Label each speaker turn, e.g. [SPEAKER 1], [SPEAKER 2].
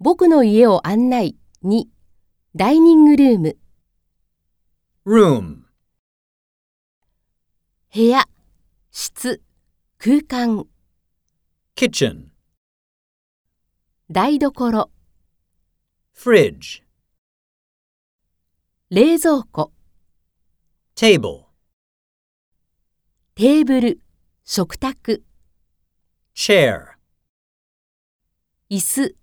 [SPEAKER 1] 僕の家を案内2ダイニングルーム
[SPEAKER 2] room,
[SPEAKER 1] 部屋室空間
[SPEAKER 2] kitchen,
[SPEAKER 1] 台所
[SPEAKER 2] fridge,
[SPEAKER 1] 冷蔵庫
[SPEAKER 2] table,
[SPEAKER 1] テーブル食卓
[SPEAKER 2] chair,
[SPEAKER 1] 椅子